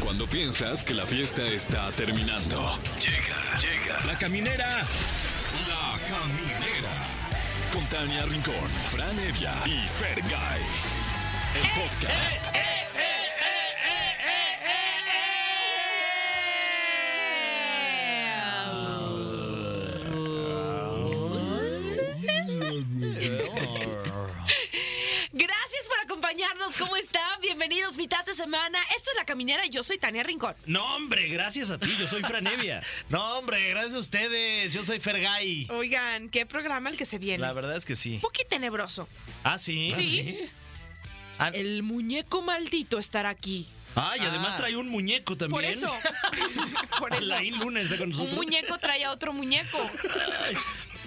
Cuando piensas que la fiesta está terminando. Llega, llega. La caminera. La caminera. Con Tania Rincón, Fran Evia y Fer El podcast. Gracias por acompañarnos. ¿Cómo están? Bienvenidos, mitad de semana. Esto es La Caminera. Yo soy Tania Rincón. No, hombre, gracias a ti, yo soy Franevia. No, hombre, gracias a ustedes. Yo soy Fergay. Oigan, qué programa el que se viene. La verdad es que sí. Un poquito tenebroso. Ah, sí. Sí. Ah, El muñeco maldito estará aquí. Ah, y además trae un muñeco también. Por eso. por eso. Alain Luna está con Un nosotros. muñeco trae a otro muñeco.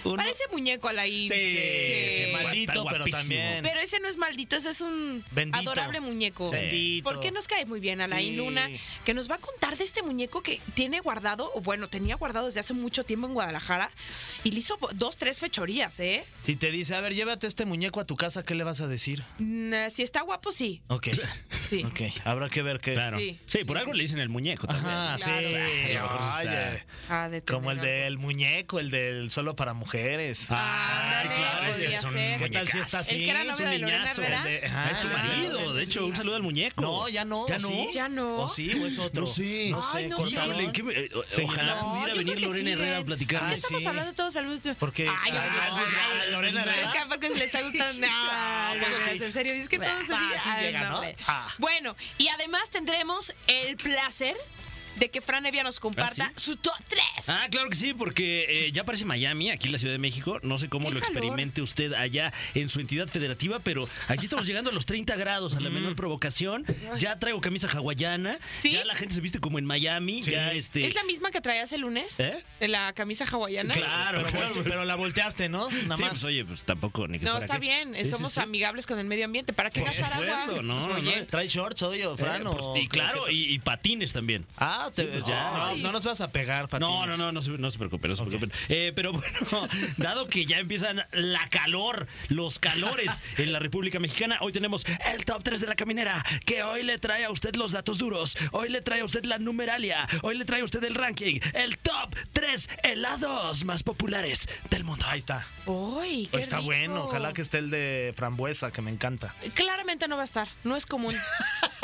uno- Parece muñeco Alain. Sí, sí, maldito, Guapa- pero guapísimo. también. Pero ese no es maldito, ese es un Bendito. adorable muñeco. Sí. Bendito. ¿Por qué nos cae muy bien Alain Sí. Luna? Que nos va a contar de este muñeco que tiene guardado, o bueno, tenía guardado desde hace mucho tiempo en Guadalajara y le hizo dos, tres fechorías, ¿eh? Si te dice, a ver, llévate este muñeco a tu casa, ¿qué le vas a decir? Mm, si está guapo, sí. Ok. Sí. Ok, habrá que ver qué. Claro. Sí, Sí, por algo le dicen el muñeco también. Ajá, Claro. sí. A lo mejor sí Oye, está. Ah, de como el tener del muñeco, el del solo para mujeres. Ah, Ay, ándale, claro, es que podría es un ser. ¿Qué tal si está muñecazo. así? El que era Es novio un de Lorena niñazo. Herrera. El de- ajá, Es su Ah, marido, de sí. hecho, un saludo al muñeco. No, ya no. ¿Ya ¿o no? sí? Ya no. ¿O sí? ¿O es otro? No sé. Ay, no sé. cortaron. Híjole, ¿qué me- eh, Sí. Ojalá No, pudiera yo creo venir que Lorena siguen. Herrera a ¿Por platicar. ah, qué Ay, estamos sí. hablando todos al mismo tiempo? Porque- Ay, Ay, ay, ay, ay, Lorena no, Herrera. Es que porque le está gustando. Ay, no, no, es en serio, es que todo se Ah, sí ay, llega, ¿no? hombre. Ah. Bueno, y además tendremos el placer de que Fran Evia nos comparta ¿Ah, su top 3. Ah, claro que sí, porque eh, ya parece Miami, aquí en la Ciudad de México. No sé cómo Qué lo calor. experimente usted allá en su entidad federativa, pero aquí estamos llegando a los 30 grados, a la menor provocación. Ya traigo camisa hawaiana. ¿Sí? Ya la gente se viste como en Miami. Ya este. ¿Es la misma que traías el lunes? ¿Eh? ¿De la camisa hawaiana? Claro, Pero, claro. volte- pero la volteaste, ¿no? Nada Sí, más. pues oye, pues tampoco ni que No, fuera está que- bien, Sí, sí, somos sí. Eh, amigables con el medio ambiente. ¿Para qué Por gastar agua? supuesto, no, no, Oye, no. ¿Trae shorts hoy o Fran? Eh, o- por- y claro, y, y patines también. Ah, te- pues, ya, ya. no, no nos vas a pegar, patines. No, no, no, no se, no se preocupen, no se preocupen. Eh, pero bueno, dado que ya empiezan la calor, los calores en la República Mexicana, hoy tenemos el top 3 de la caminera, que hoy le trae a usted los datos duros, hoy le trae a usted la numeralia, hoy le trae a usted el ranking, el top 3 helados más populares del mundo. Ahí está. ¡Uy, qué está rico! bueno. Ojalá que esté el de frambuesa, que me encanta. Claramente no va a estar, no es común.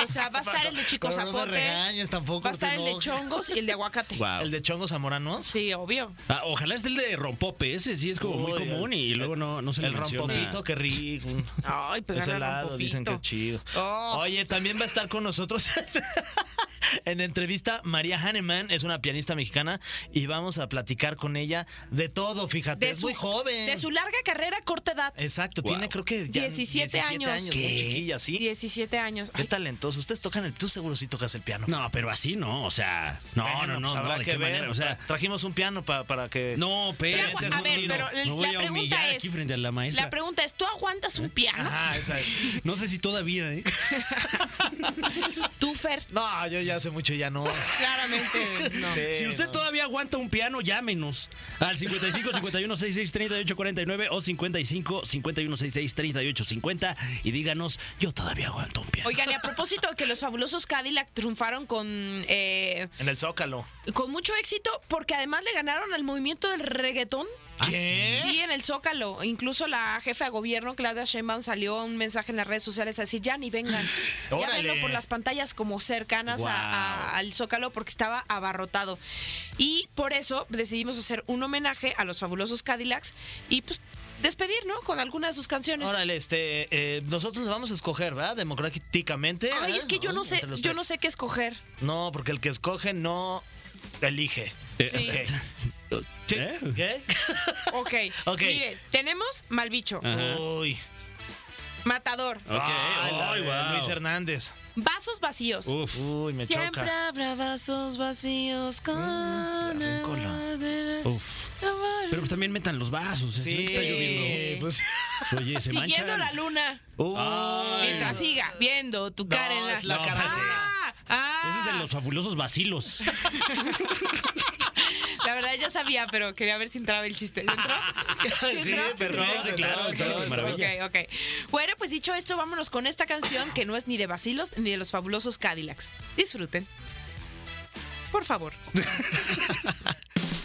O sea, va a estar el de chico Pero no me zapote, regañes tampoco, va a estar te el de enojes. chongos y el de aguacate. Guau. ¿El de chongos zamoranos? Sí, obvio. Ah, ojalá esté el de rompope, ese sí es como muy Uy, el- común y luego no, no se le El menciona. rompopito, qué rico. Ay, pues pero Es gana el helado, rompopito. dicen que es chido. Oh. Oye, también va a estar con nosotros en entrevista María Hahnemann, es una pianista mexicana, y vamos a platicar con ella de todo, fíjate. es muy joven. Eh, De su larga carrera, corta edad. Exacto, Wow. tiene creo que ya 17 años. muy ¿Qué? chiquilla, ¿sí? 17 años. Qué Ay, talentoso. Ustedes tocan el. Tú seguro sí tocas el piano. No, pero así no, o sea, no, Bueno, no, no, pues no, habrá de que qué ver. manera, o sea, trajimos un piano pa- para que. No, pero. Este Sí, a ver, pero la- Me voy la a pregunta humillar es- aquí frente a la maestra. ¿Eh? la pregunta es, ¿tú aguantas un piano? Ajá, esa es. No sé si todavía, ¿eh? Tú, Fer. No, yo ya hace mucho ya no. Claramente no. Sí, si usted no. todavía aguanta un piano, llámenos al 55 51 66 38 49 o 55 51 66 38 50 y díganos, yo todavía aguanto un piano. Oigan, y a propósito de que los fabulosos Cadillac triunfaron con eh, En el Zócalo. con mucho éxito porque además le ganaron al movimiento del reggaetón. ¿Qué? Sí, en el Zócalo. Incluso la jefa de gobierno, Claudia Sheinbaum, salió un mensaje en las redes sociales a decir, ya ni vengan. Ya Órale. venlo por las pantallas como cercanas a- Guau. a- al Zócalo porque estaba abarrotado. Y por eso decidimos hacer un homenaje a los fabulosos Cadillacs y pues despedir, ¿no? Con alguna de sus canciones. Órale, este, eh, nosotros vamos a escoger, ¿verdad? Democráticamente. Ay, ¿verdad? es que yo no sé, Entre los yo tres. no sé qué escoger. No, porque el que escoge no elige. Sí. ¿Qué? ¿Eh? ¿Qué? Ok. Ok. Ah. Mire, tenemos Malbicho, Ajá. Uy. Matador, Ok, Ay, la ay, de guau. Luis Hernández. Vasos Vacíos. Uh. Uf. Uy, me Siempre choca. habrá vasos vacíos con Mm, la rincola. Oh. el- Uf. Pero pues también metan los vasos. ¿eh? Se ve que está lloviendo. pues. Oye, se manchan. Siguiendo la luna. Uy. Mientras siga viendo tu No, cara en la, es la cara de- Ah, ah. Ese es de los fabulosos vacilos. La verdad ya sabía, pero quería ver si entraba el chiste. ¿Ya entró? Sí, entró? perdón, entró? claro, Ok, claro, ok, maravilla. ok. Bueno, pues dicho esto, vámonos con esta canción que no es ni de vacilos ni de los fabulosos Cadillacs. Disfruten. Por favor.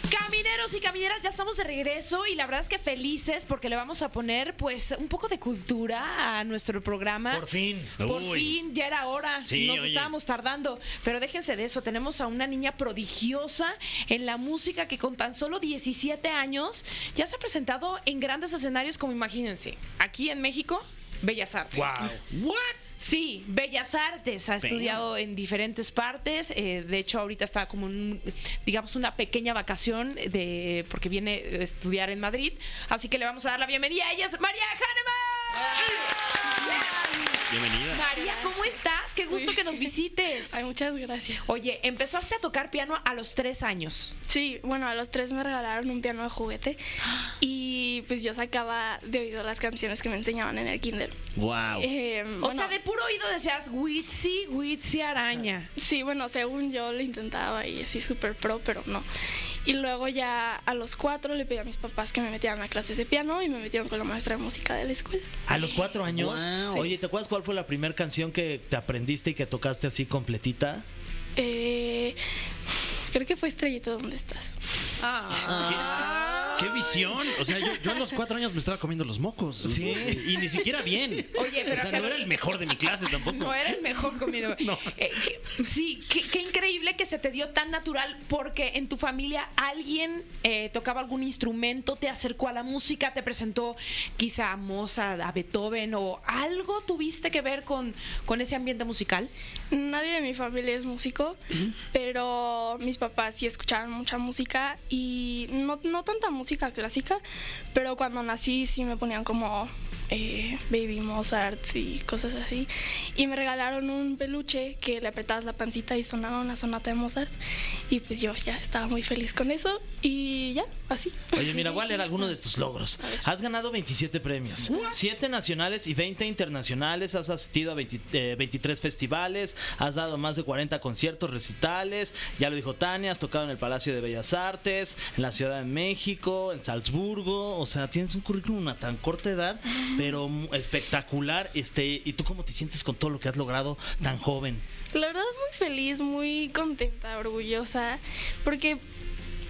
Camineros y camineras, ya estamos de regreso y la verdad es que felices porque le vamos a poner pues un poco de cultura a nuestro programa. Por fin. Por Uy. fin, ya era hora. Sí, Nos oye. estábamos tardando. Pero déjense de eso. Tenemos a una niña prodigiosa en la música que con tan solo 17 años ya se ha presentado en grandes escenarios como imagínense. Aquí en México, Bellas Artes. What? Sí, Bellas Artes. Ha estudiado en diferentes partes. eh, de hecho, ahorita está como, en, digamos, una pequeña vacación de porque viene a estudiar en Madrid. Así que le vamos a dar la bienvenida. Ella es María Hahnemann. Bienvenida. María, ¿cómo estás? Qué gusto que nos visites. Ay, muchas gracias. Oye, empezaste a tocar piano a los tres años. Sí, bueno, a los tres me regalaron un piano de juguete y pues yo sacaba de oído las canciones que me enseñaban en el kinder. Wow. Eh, O bueno, sea, de puro oído decías, Witsi, Witsi araña. Sí, bueno, según yo lo intentaba y así súper pro, pero no. Y luego ya a los cuatro le pedí a mis papás que me metieran a clases de piano y me metieron con la maestra de música de la escuela. A los cuatro años. Guau. Sí. Oye, ¿te acuerdas cuál fue la primera canción que te aprendiste y que tocaste así completita? Eh, creo que fue Estrellita, ¿dónde estás? ¿Qué visión? O sea, yo, yo a los cuatro años me estaba comiendo los mocos. Sí. Y ni siquiera bien. Oye, pero O sea, que no los- era el mejor de mi clase tampoco. No era el mejor comido. Eh, que- sí, qué, qué increíble que se te dio tan natural porque en tu familia alguien eh, tocaba algún instrumento, te acercó a la música, te presentó quizá a Mozart, a Beethoven o algo tuviste que ver con, con ese ambiente musical. Nadie de mi familia es músico, pero mis papás sí escuchaban mucha música y no, no tanta música clásica, pero cuando nací sí me ponían como eh, Baby Mozart y cosas así. Y me regalaron un peluche que le apretabas la pancita y sonaba una sonata de Mozart. Y pues yo ya estaba muy feliz con eso y ya, así. Oye, mira, ¿cuál era alguno de tus logros? Has ganado 27 premios, 7 nacionales y 20 internacionales, has asistido a 20 eh, 23 festivales, has dado más de 40 conciertos, recitales, ya lo dijo Tania, has tocado en el Palacio de Bellas Artes, en la Ciudad de México, en Salzburgo, o sea, tienes un currículum a tan corta edad, pero mu- espectacular, este, ¿y tú cómo te sientes con todo lo que has logrado tan joven? La verdad muy feliz, muy contenta, orgullosa, porque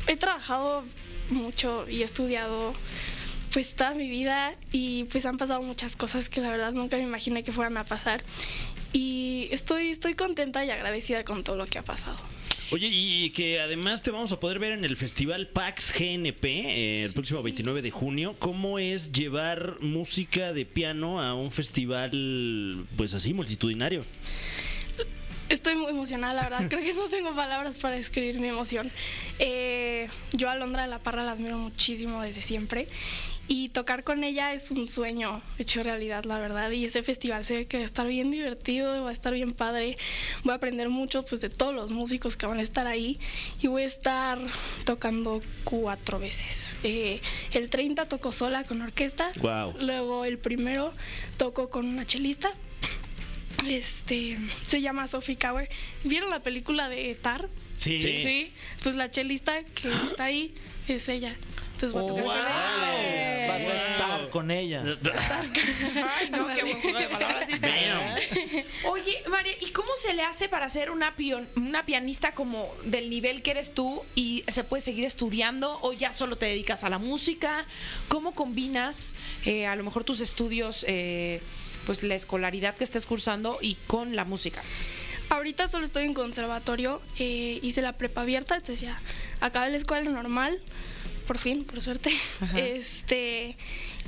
he trabajado mucho y he estudiado pues toda mi vida y pues han pasado muchas cosas que la verdad nunca me imaginé que fueran a pasar y estoy, estoy contenta y agradecida con todo lo que ha pasado. Oye, y que además te vamos a poder ver en el festival PAX GNP eh, el próximo 29 de junio. ¿Cómo es llevar música de piano a un festival, pues así, multitudinario? Estoy muy emocionada, la verdad. Creo que no tengo palabras para describir mi emoción. Eh, yo a Londra de la Parra la admiro muchísimo desde siempre. Y tocar con ella es un sueño hecho realidad, la verdad. Y ese festival se ve que va a estar bien divertido, va a estar bien padre. Voy a aprender mucho pues, de todos los músicos que van a estar ahí. Y voy a estar tocando cuatro veces. Eh, el 30 toco sola con orquesta. Guau. Luego el primero toco con una chelista. Este se llama Sophie Cower. ¿Vieron la película de Tar? Sí, Sí. Pues la chelista que está ahí es ella. Entonces voy a tocar con ella. ¡Órale! Oh, vas a estar con ella. Ay, no, qué buen juego de palabras hiciste. Oye, María, ¿y cómo se le hace para ser una, pion- una pianista como del nivel que eres tú y se puede seguir estudiando o ya solo te dedicas a la música? ¿Cómo combinas eh, a lo mejor tus estudios, eh, pues la escolaridad que estés cursando y con la música? Ahorita solo estoy en conservatorio. eh, hice la prepa abierta, entonces ya acabé la escuela normal. Por fin, por suerte. Este.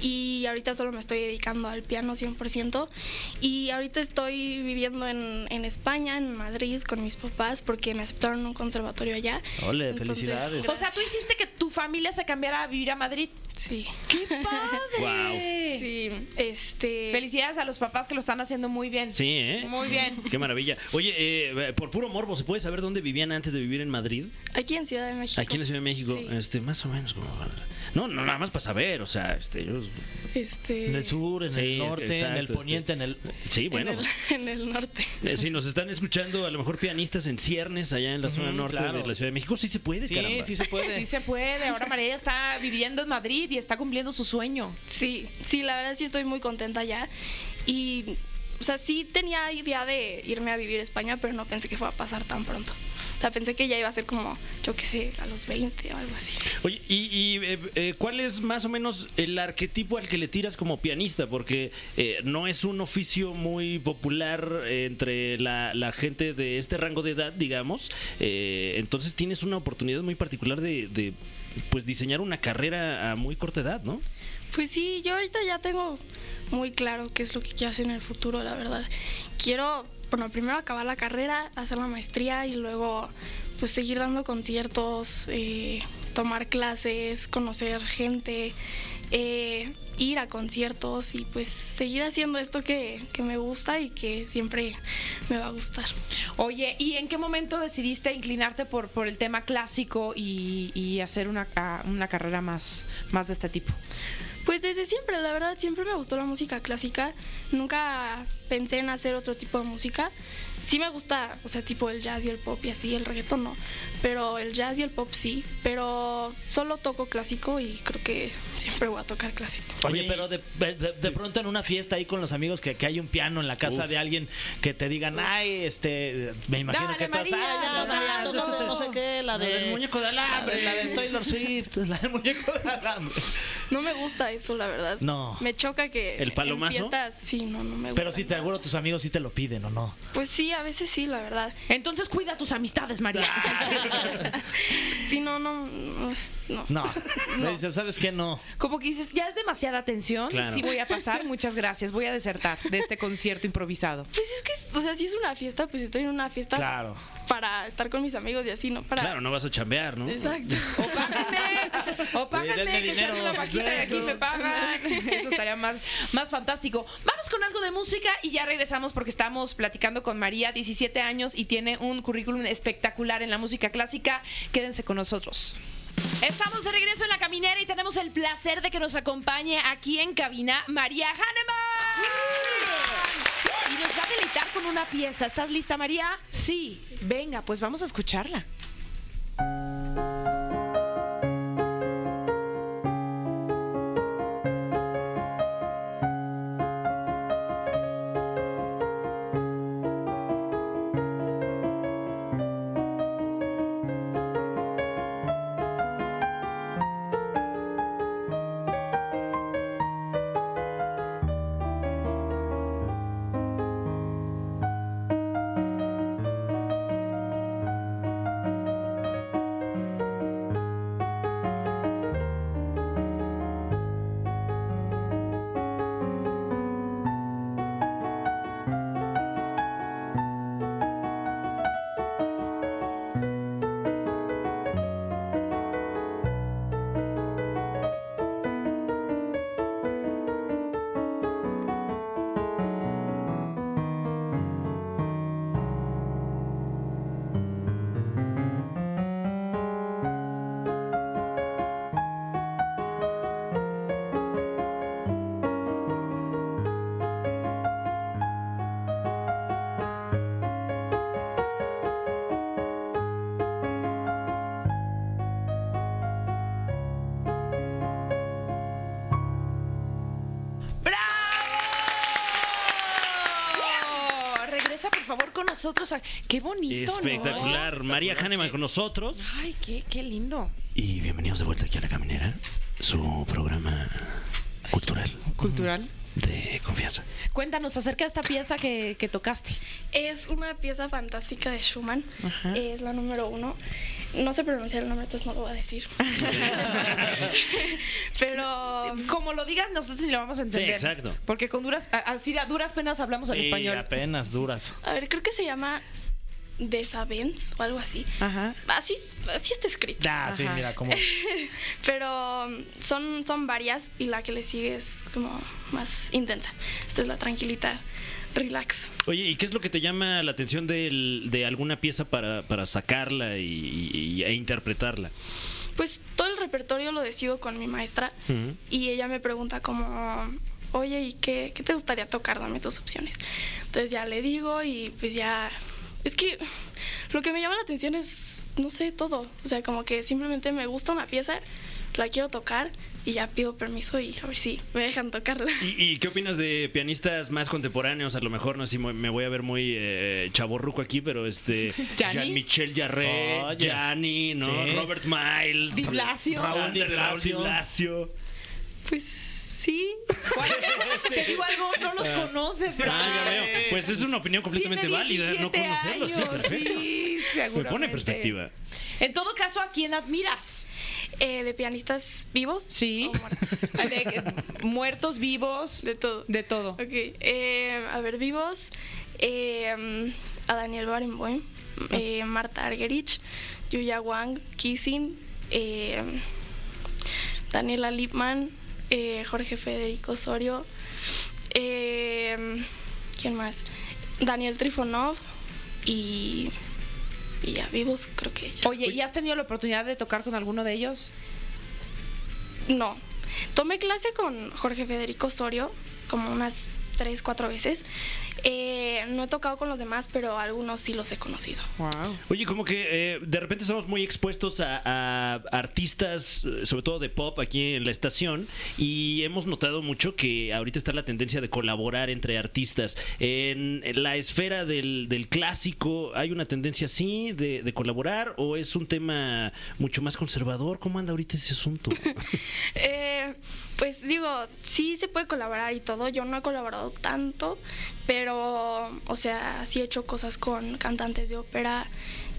Y ahorita solo me estoy dedicando al piano 100%. Y ahorita estoy viviendo en, en España, en Madrid, con mis papás, porque me aceptaron en un conservatorio allá. Ole, Entonces, pues, felicidades. O sea, tú hiciste que tu familia se cambiara a vivir a Madrid. Sí. ¡Qué padre! Sí, este. Felicidades a los papás que lo están haciendo muy bien. Sí, ¿eh? Muy bien. Qué maravilla. Oye, eh, por puro morbo, ¿se puede saber dónde vivían antes de vivir en Madrid? Aquí en Ciudad de México. Aquí en la Ciudad de México. Sí. Este, más o menos como... No, no, nada más para saber, o sea, este, yo- Este. En el sur, en Sí, el norte, en exacto, el este. poniente, en el... Sí, en bueno. el- En el, norte. Eh, Si nos están escuchando, a lo mejor pianistas en ciernes allá en la zona Ujú, norte claro. de la Ciudad de México, sí se puede, caramba. se Sí se puede. Ahora María está viviendo en Madrid y está cumpliendo su sueño. Sí, sí, la verdad sí estoy muy contenta ya. Y o sea, sí tenía idea de irme a vivir a España, pero no pensé que fuera a pasar tan pronto. O sea, pensé que ya iba a ser como, yo qué sé, a los 20 o algo así. Oye, ¿y, y, eh, eh, cuál es más o menos el arquetipo al que le tiras como pianista? Porque eh, no es un oficio muy popular eh, entre la, la gente de este rango de edad, digamos. Eh, entonces tienes una oportunidad muy particular de, de, pues diseñar una carrera a muy corta edad, ¿no? Pues sí, yo ahorita ya tengo muy claro qué es lo que quiero hacer en el futuro, la verdad. Quiero, bueno, primero acabar la carrera, hacer la maestría y luego pues seguir dando conciertos, eh, tomar clases, conocer gente, eh, ir a conciertos y pues seguir haciendo esto que, que me gusta y que siempre me va a gustar. Oye, ¿y en qué momento decidiste inclinarte por, por el tema clásico y, y hacer una, ca- una carrera más, más de este tipo? Pues desde siempre, la verdad, siempre me gustó la música clásica. Nunca pensé en hacer otro tipo de música. Sí me gusta, o sea, tipo el jazz y el pop y así, el reggaetón no. Pero el jazz y el pop sí. Pero solo toco clásico y creo que siempre voy a tocar clásico. Oye, pero de, de- de- de pronto en una fiesta ahí con los amigos que, que hay un piano en la casa de alguien que te digan, ay, este, me imagino Dale, que todas, María, ay, no, dale, María, dale, no, no, dale. no sé qué, la, de, del muñeco de alambre. la de, la de Taylor Swift, la del muñeco de alambre. No me gusta eso, la verdad. No. Me choca que. ¿El palomazo? en fiestas, sí, no, no me gusta. Pero sí, te aseguro, tus amigos sí te lo piden, ¿o no? Pues sí, a veces sí, la verdad. Entonces cuida tus amistades, María. Sí, no, no. No. No. Le dices, ¿sabes qué? No. Como que dices, ya es demasiada tensión, Claro. sí voy a pasar, muchas gracias, voy a desertar de este concierto improvisado. Pues es que, o sea, si es una fiesta, pues estoy en una fiesta Claro. para estar con mis amigos y así, ¿no? Para... Claro, no vas a chambear, ¿no? Exacto. O páganme, o Sí, denme páganme, que dinero. sale la paquita y aquí me pagan. Eso estaría más, más fantástico. Vamos con algo de música y ya regresamos porque estamos platicando con María, 17 años y tiene un currículum espectacular en la música clásica. Quédense con nosotros. Estamos de regreso en la caminera y tenemos el placer de que nos acompañe aquí en cabina María Hahnemann. Y nos va a deleitar con una pieza. ¿Estás lista, María? Sí. Venga, pues vamos a escucharla. ¡Bravo! Regresa, por favor, con nosotros. a- ¡Qué bonito! ¿no? Espectacular. María Hahnemann con nosotros. Ay, qué, qué lindo. Y bienvenidos de vuelta aquí a La Caminera, su programa cultural Cultural. de confianza. Cuéntanos acerca de esta pieza que, que tocaste. Es una pieza fantástica de Schumann. Ajá. Es la número uno. No sé pronunciar el nombre, entonces no lo voy a decir. Pero Como lo digas, nosotros ni lo vamos a entender. Sí, exacto. Porque con duras, a- así a duras penas hablamos el Sí, español. apenas duras. A ver, creo que se llama Desavens o algo así. Ajá. Así, así está escrito. Ah, sí, Ajá. mira, como Pero um, son, son varias y la que le sigue es como más intensa. Esta es la tranquilita, relax. Oye, ¿y qué es lo que te llama la atención del- de alguna pieza para, para sacarla y, y- e interpretarla? Pues todo el repertorio lo decido con mi maestra y ella me pregunta como, oye, ¿y qué, qué te gustaría tocar? Dame tus opciones. Entonces ya le digo y pues ya... Es que lo que me llama la atención es, no sé, todo. O sea, como que simplemente me gusta una pieza, la quiero tocar y ya pido permiso y a ver si me dejan tocarla. ¿Y, y qué opinas de pianistas más contemporáneos? A lo mejor, no sé si me me voy a ver muy eh, chaborruco aquí, pero este. ¿Gianni? Jean-Michel Jarre, Oye. Gianni, ¿no? Sí. Robert Miles. Di Blasio. Raúl Di Ándale, Raúl Di Blasio. Pues sí, Te digo algo, no los conoce, Fran. Ah, ya veo. Pues es una opinión completamente Tiene válida, no 17 conocerlos. sí, años, perfecto. sí, Me seguramente. pone en perspectiva. En todo caso, ¿a quién admiras? eh, de pianistas vivos. Sí. o Oh, muertos. De- muertos, vivos, De todo. de todo. Ok, eh, a ver, vivos. eh, a Daniel Barenboim, eh, Marta Argerich, Yuya Wang, Kissing, eh, Daniela Lipman, eh, Jorge Federico Osorio, eh, ¿quién más? Daniel Trifonov y, y ya, vivos creo que ya. Oye, ¿y has tenido la oportunidad de tocar con alguno de ellos? No. Tomé clase con Jorge Federico Osorio como unas tres, cuatro veces. Eh, no he tocado con los demás, pero algunos sí los he conocido. Wow. Oye, como que eh, de repente estamos muy expuestos a, a artistas, eh, sobre todo de pop, aquí en la estación, y hemos notado mucho que ahorita está la tendencia de colaborar entre artistas. En la esfera del, del clásico, ¿hay una tendencia así de, de colaborar o es un tema mucho más conservador? ¿Cómo anda ahorita ese asunto? Eh, pues digo, sí se puede colaborar y todo. Yo no he colaborado tanto, pero, o sea, sí he hecho cosas con cantantes de ópera.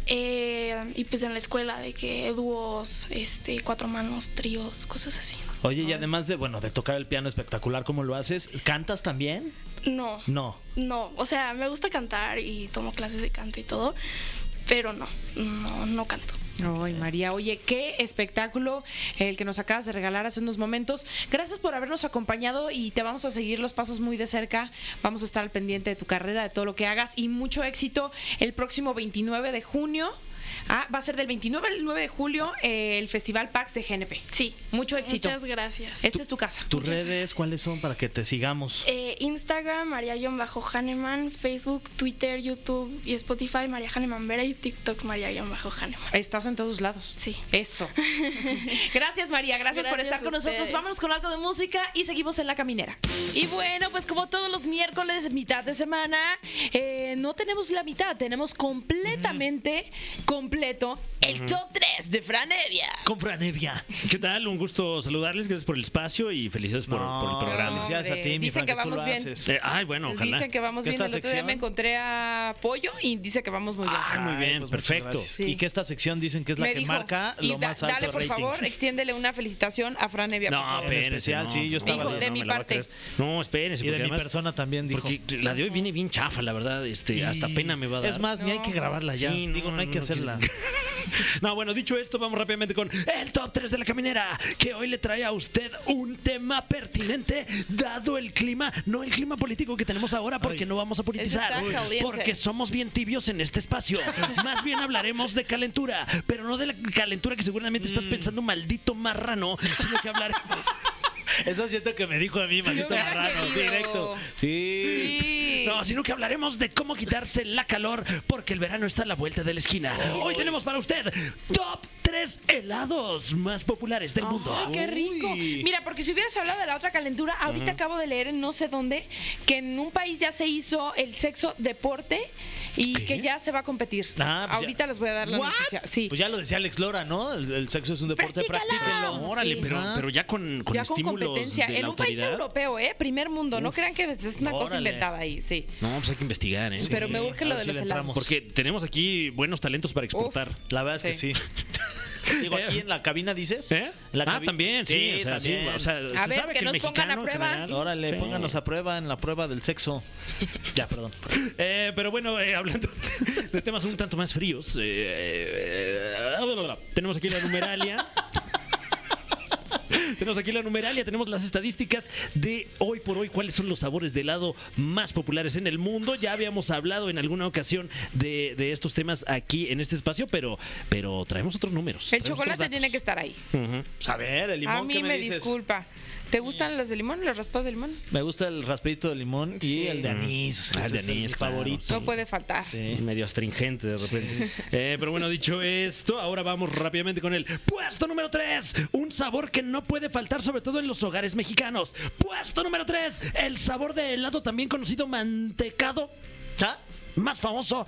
eh, y pues en la escuela de que dúos, este, cuatro manos, tríos, cosas así. Oye, y además de, bueno, de tocar el piano espectacular como lo haces, ¿cantas también? No, No. no, o sea, me gusta cantar y tomo clases de canto y todo, pero no, no, no canto. Ay, María, oye, qué espectáculo el que nos acabas de regalar hace unos momentos. Gracias por habernos acompañado y te vamos a seguir los pasos muy de cerca. Vamos a estar al pendiente de tu carrera, de todo lo que hagas y mucho éxito el próximo 29 de junio. Ah, va a ser del 29 al 9 de julio eh, el Festival PAX de GNP. Sí. Mucho éxito. Muchas gracias. Esta es tu casa. ¿Tus redes cuáles son para que te sigamos? Eh, Instagram, María-Haneman, Facebook, Twitter, YouTube y Spotify, María Haneman Vera y TikTok, María-Haneman. Estás en todos lados. Sí. Eso. Gracias María, gracias, por Gracias estar a con nosotros. ustedes. Vámonos con algo de música y seguimos en la caminera. Y bueno, pues como todos los miércoles, mitad de semana, eh, no tenemos la mitad, tenemos completamente completo el top 3 de Franevia. Con Franevia. ¿Qué tal? Un gusto saludarles, gracias por el espacio y felicidades por, por el programa. sí. Gracias a ti, mi Dicen Fran, que tú lo vamos bien. haces. Eh, ay, bueno, ojalá. Dicen que vamos bien. El Esta otro día sección- me encontré a Pollo y dice que vamos muy bien. Ah, muy bien, pues muchas perfecto. gracias. Sí. Y que esta sección dicen que es la Me que dijo, marca y lo da- más alto Dale, por rating. favor, extiéndele una felicitación a Franevia. por No, favor. En pero- espérense, especial, no, sí, yo estaba Dijo, no, de no mi me la va a parte. creer. No, espérense. Y de porque mi además- persona también dijo. Porque la de hoy viene bien chafa, la verdad. Este, hasta pena me va a dar. Es más, ni hay que grabarla ya. Sí, no, Digo, no hay que no, hacerla. No, bueno, dicho esto, vamos rápidamente con el top 3 de la caminera, que hoy le trae a usted un tema pertinente, dado el clima, no el clima político que tenemos ahora, porque Ay. no vamos a politizar, Eso está caliente. porque somos bien tibios en este espacio. Más bien hablaremos de calentura, pero no de la calentura que seguramente estás Mm. pensando, maldito marrano, sino que hablaremos. Eso siento que me dijo a mí, maldito hubiera marrano, querido. directo. Sí. Sí. No, sino que hablaremos de cómo quitarse la calor porque el verano está a la vuelta de la esquina. Hoy tenemos para usted top 3 helados más populares del mundo. ¡Ay, qué rico! Uy. Mira, porque si hubieras hablado de la otra calentura, ahorita acabo de leer en no sé dónde que en un país ya se hizo el sexo deporte y que ya se va a competir. Ah, pues ya. ahorita les voy a dar la ¿What? noticia. Sí. Pues ya lo decía Alex Lora, ¿no? El, el sexo es un deporte, Practícalo. práctico. Órale, Sí. pero, Ajá. pero ya con, con ya con estímulos competencia. de En la un país autoridad. europeo, ¿eh? Primer mundo. no crean que es una cosa órale. inventada ahí, sí. No, pues hay que investigar, ¿eh? Pero me urge a lo de ver si los helados. le entramos. Porque tenemos aquí buenos talentos para exportar. La verdad es Sí. que sí. Digo, aquí en la cabina dices. ¿Eh? La ah, cabi- también, sí. o sea, también. sí, o sea, se ver, sabe que el nos pongan mexicano a en prueba. general- Órale, Sí. pónganos a prueba en la prueba del sexo. Ya, perdón. Eh, pero bueno, eh, hablando de temas un tanto más fríos, eh, eh, bla, bla, bla. tenemos aquí la numeralia. Tenemos aquí la numeralia, tenemos las estadísticas de hoy por hoy, cuáles son los sabores de helado más populares en el mundo. Ya habíamos hablado en alguna ocasión de, de estos temas aquí en este espacio, pero, pero traemos otros números. El traemos otros chocolate Pues datos. tiene que estar ahí. Ujú. Pues a ver, el limón a mí ¿qué me, dices? disculpa. ¿Te gustan los de limón, los raspados de limón? Me gusta el raspadito de limón y el de anís. Ah, el de Ese es anís, mi claro. favorito. No puede faltar. Sí, medio astringente de repente. Eh, pero bueno, dicho esto, ahora vamos rápidamente con el puesto número 3. Un sabor que no puede faltar, sobre todo en los hogares mexicanos. Puesto número 3. El sabor de helado, también conocido mantecado, ¿Ah? más famoso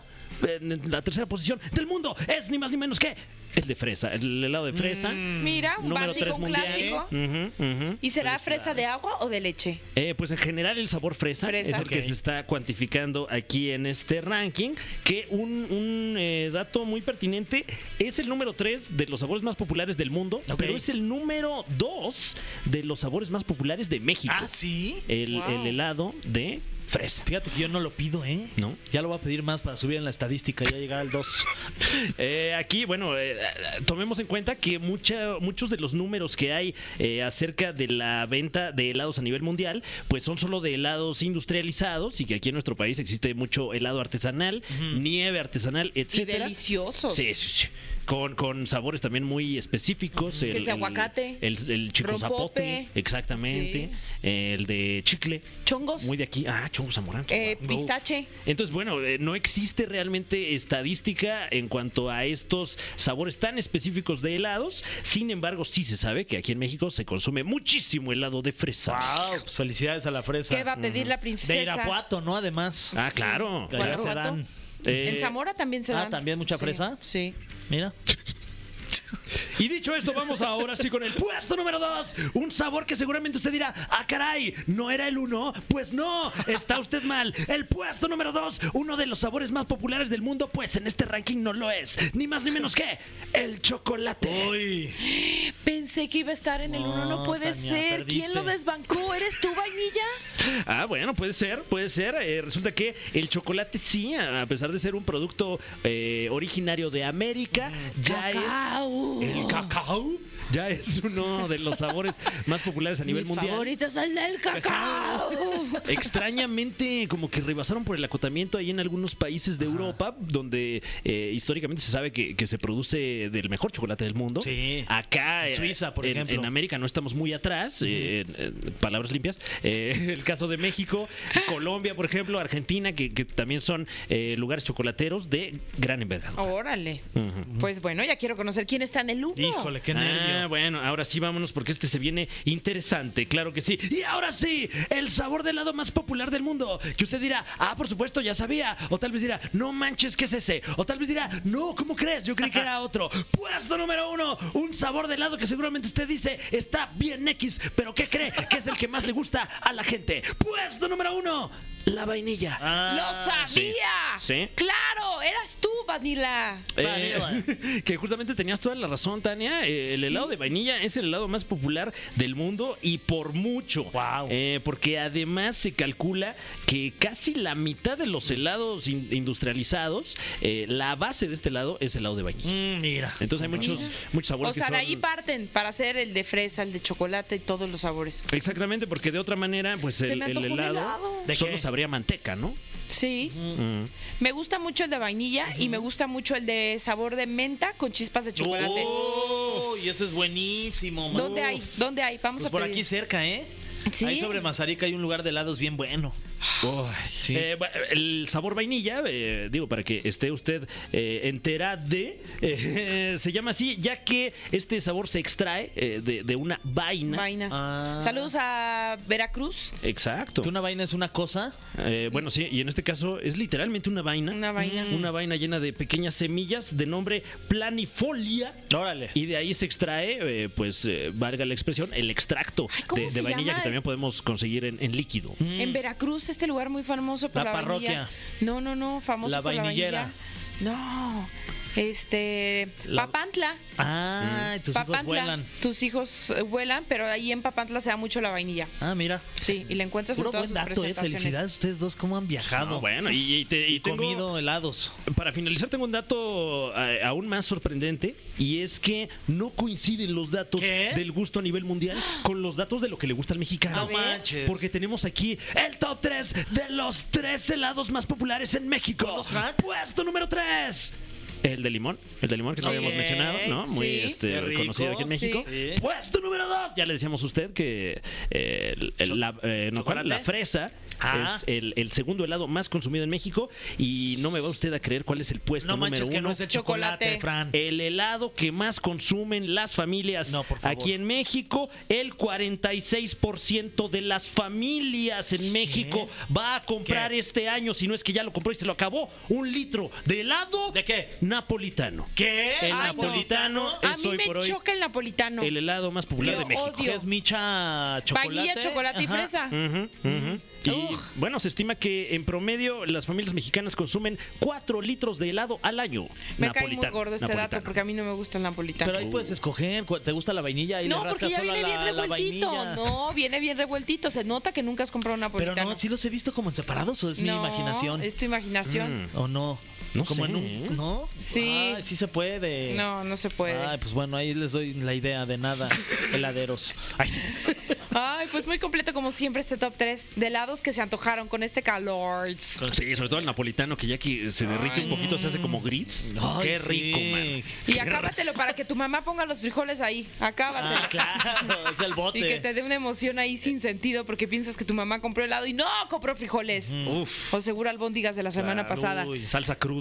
en la tercera posición del mundo. Es ni más ni menos que el de fresa. El helado de fresa. Mira, Ah, un Número básico, tres un mundial, ¿eh? Mm. clásico. Ujú, ujú. ¿Y será fresa de agua o de leche? Eh, pues en general el sabor fresa, Fresa. es el que Ok. se está cuantificando aquí en este ranking, que un, un, eh, dato muy pertinente es el número 3 de los sabores más populares del mundo, Ok. pero es el número 2 de los sabores más populares de México. Ah, sí. el, Wow. el helado de fresa. Fíjate que yo no lo pido, ¿eh? ¿No? Ya lo voy a pedir más para subir en la estadística, ya llegar al 2. Eh, aquí, bueno, eh, tomemos en cuenta que mucha- muchos de los números que hay eh, acerca de la venta de helados a nivel mundial, pues son solo de helados industrializados y que aquí en nuestro país existe mucho helado artesanal, nieve artesanal, Y etcétera. delicioso. Sí, sí, sí. Con, con sabores también muy específicos. Que sea aguacate. El, el chico zapote. Rompope. Exactamente. El de chicle. Chongos. Muy de aquí. Ah, chongo zamorano. Eh, Uf. pistache. Entonces, bueno, eh, no existe realmente estadística en cuanto a estos sabores tan específicos de helados. Sin embargo, sí se sabe que aquí en México se consume muchísimo helado de fresa. Wow, pues felicidades a la fresa. ¿Qué va a pedir la De princesa? Irapuato, ¿no? Además. Ah, claro. Que allá Guanajuato. se dan. Eh, En Zamora también se ah, dan. también mucha fresa. Sí. Mira. Y dicho esto, vamos ahora sí con el puesto número 2. Un sabor que seguramente usted dirá, ah, caray, ¿no era el 1? Pues no, está usted mal. El puesto número 2, uno de los sabores más populares del mundo, pues en este ranking no lo es. Ni más ni menos que el chocolate. Uy. Pensé que iba a estar en el No, uno, no puede Tania, ser. perdiste. ¿Quién lo desbancó? ¿Eres tú, vainilla? Ah, bueno, puede ser, puede ser. Eh, resulta que el chocolate sí, a a pesar de ser un producto eh, originario de América, ya es... El cacao. Ya es uno de los sabores más populares a nivel mundial. es el del cacao. Extrañamente, como que rebasaron por el acotamiento ahí en algunos países de Europa, donde eh, históricamente se sabe que, que se produce del mejor chocolate del mundo. Sí. Acá, En eh, Suiza, por en- ejemplo. En América no estamos muy atrás, eh, en- en palabras limpias. Eh, el caso de México, Colombia, por ejemplo, Argentina, que, que también son eh, lugares chocolateros de gran envergadura. Órale. Ujú. Pues bueno, ya quiero conocer quién está en el uno. Híjole, qué Ah, nervio. bueno, ahora sí vámonos porque este se viene interesante, claro que sí. Y ahora sí, el sabor de helado más popular del mundo. Que usted dirá, ah, por supuesto, ya sabía. O tal vez dirá, no manches, ¿qué es ese? O tal vez dirá, no, ¿cómo crees? Yo creí que era otro. Puesto número uno, un sabor de helado que seguramente usted dice está bien X, pero ¿qué cree que es el que más le gusta a la gente? Puesto número uno, la vainilla. Ah. ¡Lo sabía! Sí. ¡Claro! ¡Eras tú, Vanilla! Eh, que justamente tenías toda la razón, Tania. Eh, El helado de vainilla es el helado más popular del mundo y por mucho. Wow. Eh, porque además se calcula que casi la mitad de los helados in- industrializados, eh, la base de este helado es helado de vainilla. Mm, mira. Entonces hay muchos, muchos sabores O sea, que de son- ahí parten para hacer el de fresa, el de chocolate y todos los sabores. Exactamente, porque de otra manera, pues el, me el antojó un helado, helado. ¿De solo qué? sabría manteca, ¿no? Sí. Mm. Me gusta mucho el de vainilla y me gusta mucho el de sabor de menta con chispas de chocolate. Oh. Uy, ese es buenísimo, man. ¿Dónde hay? ¿Dónde hay? Vamos Pues a por pedir. aquí cerca, ¿eh? Sí. Ahí sobre Mazarica hay un lugar de helados bien bueno. Sí. Eh, bu- el sabor vainilla, eh, digo, para que esté usted eh, entera de, eh, se llama así, ya que este sabor se extrae eh, de, de una vaina. Vaina. Ah. Saludos a Veracruz. Exacto. Que una vaina es una cosa. Eh, bueno, sí, y en este caso es literalmente una vaina. Mm. Una vaina. Una vaina llena de pequeñas semillas de nombre planifolia. Órale. Y de ahí se extrae, eh, pues, eh, valga la expresión, el extracto Ay, ¿cómo de, se de vainilla llama? que también podemos conseguir en, en líquido. Mm. En Veracruz, este lugar muy famoso por La la, vainilla. parroquia. No, no, no, famoso La por la vainillera. vainilla. No. Este. La- Papantla. Ah, y tus hijos Mm. Papantla. vuelan. Tus hijos eh, vuelan, pero ahí en Papantla se da mucho la vainilla. Ah, mira. Sí, y la encuentras en Puro todas buen sus dato, ¿eh? presentaciones. Felicidades ustedes dos, cómo han viajado. No, Ah, bueno, y, y te- y y tengo- comido helados. Para finalizar, tengo un dato eh, aún más sorprendente y es que no coinciden los datos ¿Qué? Ah, del gusto a nivel mundial con los datos de lo que le gusta al mexicano. No manches. Porque tenemos aquí el top 3 de los tres helados más populares en México. ¿Bonus track? Puesto número 3. El de limón, el de limón que no Sí. habíamos mencionado, ¿no? Muy sí. este, Qué rico, reconocido aquí en México. sí. Puesto número dos. Ya le decíamos a usted que eh, el- el- la, eh, no, ¿cuál? ¿Chocolate? La fresa Ah. es el, el segundo helado más consumido en México y no me va usted a creer cuál es el puesto No número manches que uno. Eh, no es el chocolate, Chocolate. Fran. El helado que más consumen las familias No, por favor. aquí en México, el 46% de las familias en México va a comprar ¿Qué? este año, si no es que ya lo compró y se lo acabó, un litro de helado ¿De qué? napolitano. ¿Qué? El Ay, no. napolitano A es mí hoy me por hoy choca el napolitano. el helado más popular Lo de México. odio. Que es micha chocolate. Vainilla, chocolate y Ajá. Mm. fresa. Ujú, ujú. Y Ugh. bueno, se estima que en promedio las familias mexicanas consumen 4 litros de helado al año. Me Napolitano, cae muy gordo este dato napolitano. porque a mí no me gusta el napolitano. Pero ahí Uh. puedes escoger, cu- ¿te gusta la vainilla? Y no, le porque rascas ya solo a viene bien la- la revueltito. vainilla. No, viene bien revueltito. Se nota que nunca has comprado un Pero napolitano. no, sí los he visto como en separados o es mi No, imaginación. Es tu imaginación. Mm. ¿O no? No como sé. en un, ¿No? Sí. Ay, sí se puede. No, no se puede. Ay, pues bueno, ahí les doy la idea de nada, heladeros. Ay, sí. Ay, pues muy completo como siempre este top 3 de helados que se antojaron con este calor. Sí, sobre todo el napolitano que ya que se derrite un poquito se hace como gris. Ay, Qué sí. rico, man. Y acábatelo para que tu mamá ponga los frijoles ahí. Acábatelo. Ah, claro, es el bote. Y que te dé una emoción ahí sin sentido porque piensas que tu mamá compró helado y no compró frijoles. Uf. O seguro albóndigas de la semana Claro, pasada. uy, salsa cruda.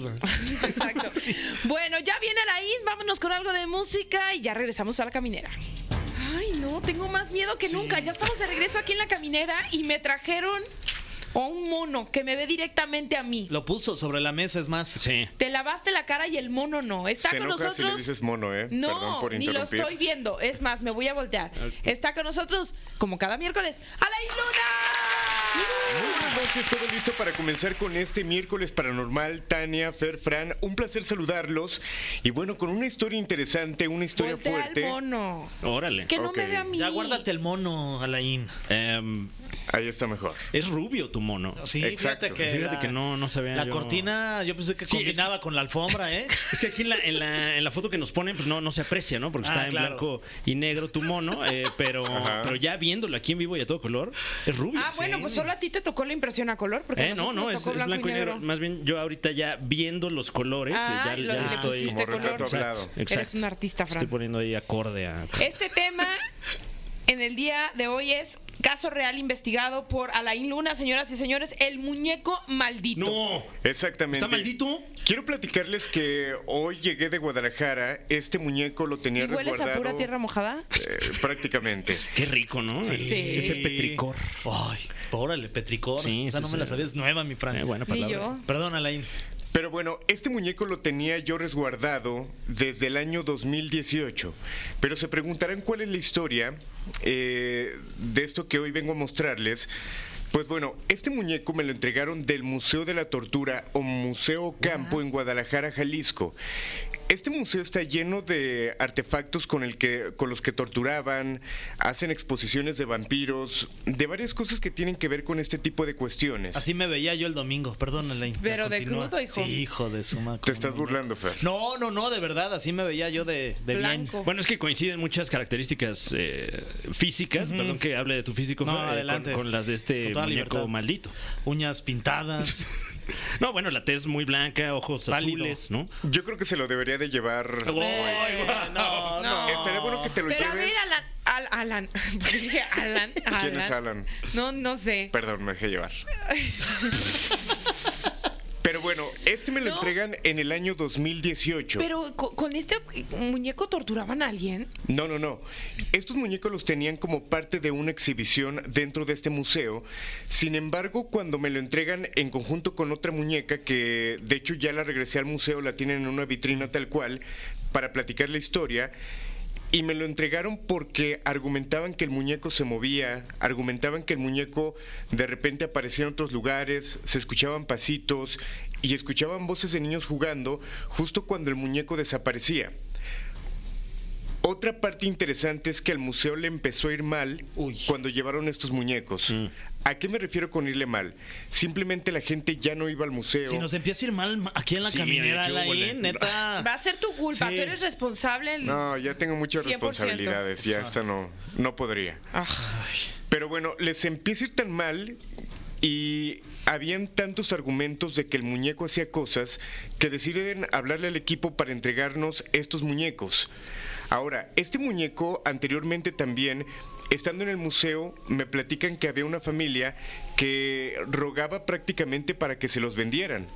Exacto. Bueno, ya viene Araíz, vámonos con algo de música y ya regresamos a la caminera. Ay, no, tengo más miedo que nunca. Ya estamos de regreso aquí en la caminera y me trajeron a un mono que me ve directamente a mí. Lo puso sobre la mesa, es más. Sí. Te lavaste la cara y el mono no. Está Se con enoja nosotros. si le dices mono, ¿eh? Perdón no, por ni lo interrumpir. estoy viendo. Es más, me voy a voltear. Está con nosotros, como cada miércoles, Alain Luna. Muy buenas noches, todo listo para comenzar con este miércoles paranormal. Tania, Fer, Fran, un placer saludarlos. Y bueno, con una historia interesante, una historia Voltea fuerte. al mono. Órale. Que no Ok. me vea a mí. Ya guárdate el mono, Alain. Em, Ahí está mejor. es rubio tu mono. Sí, Exacto. fíjate que. Fíjate la, que no, no se vea. La yo- cortina, yo pensé que Sí, es combinaba con la alfombra, ¿eh? Es que aquí en la, en la- en la foto que nos ponen, pues no, no se aprecia, ¿no? Porque Ah, está en claro. blanco y negro tu mono, eh, pero, Ajá. pero ya viéndolo aquí en vivo y a todo color, es rubio. Ah, bueno, pues solo a ti te tocó la impresión a color, porque Eh, a no, nosotros no, nos es, tocó es blanco y negro. Más bien, yo ahorita ya viendo los colores, Ah, ya, lo ya que le estoy. pusiste Como color. retrato hablado. Eres un artista, Fran. Estoy poniendo ahí acorde a. Este tema en el día de hoy es caso real investigado por Alain Luna, señoras y señores, el muñeco maldito. Exactamente. ¿Está maldito? Quiero platicarles que hoy llegué de Guadalajara. Este muñeco lo tenía ¿Y hueles a resguardado. pura tierra mojada? eh, prácticamente. Qué rico, ¿no? Sí. Ese petricor. Ay, órale, petricor. Sí, o sea, sí, no sí. me la sabías es nueva, mi Fran. Eh, buena Ni palabra. yo. Perdón, Alain. Pero bueno, este muñeco lo tenía yo resguardado desde el año 2018. Pero se preguntarán cuál es la historia eh, de esto que hoy vengo a mostrarles. Pues bueno, este muñeco me lo entregaron del Museo de la Tortura o Museo Campo en Guadalajara, Jalisco. Este museo está lleno de artefactos con, el que, con los que torturaban, hacen exposiciones de vampiros, de varias cosas que tienen que ver con este tipo de cuestiones. Así me veía yo el domingo. Perdón, Alain. Ya Pero de continúa. crudo, hijo. Sí, hijo de suma. Te estás burlando, Fer. No, no, no, de verdad, así me veía yo de, de bien. Blanco. Bueno, es que coinciden muchas características eh, físicas, perdón que hable de tu físico, No, Fer, eh, con- adelante. Con, las de este Con toda muñeco libertad. maldito. Uñas pintadas. No, bueno, la tez muy blanca, ojos Pálido. azules, ¿no? Yo creo que se lo debería de llevar. Eh, no, no. Estaría bueno que te lo Pero a lleves. ver, Alan, Al- Alan, ¿Por qué dije Alan, Alan. ¿Quién es Alan? No, no sé. Perdón, me dejé llevar. Pero bueno, este me lo No. entregan en el año 2018. Pero co- con este muñeco torturaban a alguien. No, no, no. Estos muñecos los tenían como parte de una exhibición dentro de este museo. Sin embargo, cuando me lo entregan en conjunto con otra muñeca, que de hecho ya la regresé al museo, la tienen en una vitrina tal cual, para platicar la historia. Y me lo entregaron porque argumentaban que el muñeco se movía, argumentaban que el muñeco de repente aparecía en otros lugares, se escuchaban pasitos y escuchaban voces de niños jugando justo cuando el muñeco desaparecía. Otra parte interesante es que al museo le empezó a ir mal cuando llevaron estos muñecos. ¿A qué me refiero con irle mal? Simplemente la gente ya no iba al museo. Si nos empieza a ir mal ma- aquí en la Sí, caminera, qué hubo, le. Alain, Ah. neta. Va a ser tu culpa, Sí. tú eres responsable. No, ya tengo muchas 100%. responsabilidades, ya esta no, no podría. Ah. Pero bueno, les empieza a ir tan mal y habían tantos argumentos de que el muñeco hacía cosas que deciden hablarle al equipo para entregarnos estos muñecos. Ahora, este muñeco anteriormente también, estando en el museo, me platican que había una familia que rogaba prácticamente para que se los vendieran.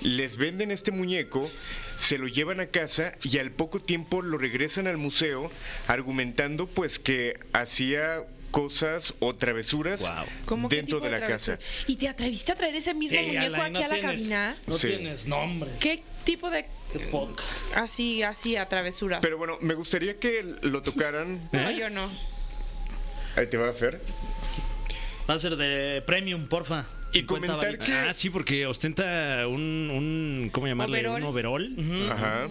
Les venden este muñeco, se lo llevan a casa y al poco tiempo lo regresan al museo argumentando pues que hacía cosas o travesuras Guau. ¿Cómo qué dentro tipo de la travesura? casa. ¿Y te atreviste a traer ese mismo Ey, muñeco Alain, aquí a la cabina? No Sí. tienes nombre. ¿Qué tipo de Qué poca. así, así a travesuras? Pero bueno, me gustaría que lo tocaran. no, yo no. Ahí te va a hacer. Va a ser de premium, porfa. Y 50 comentar varitas. que- Ah, sí, porque ostenta un, un ¿cómo llamarle? Overol. Un overol. Mm, Ajá.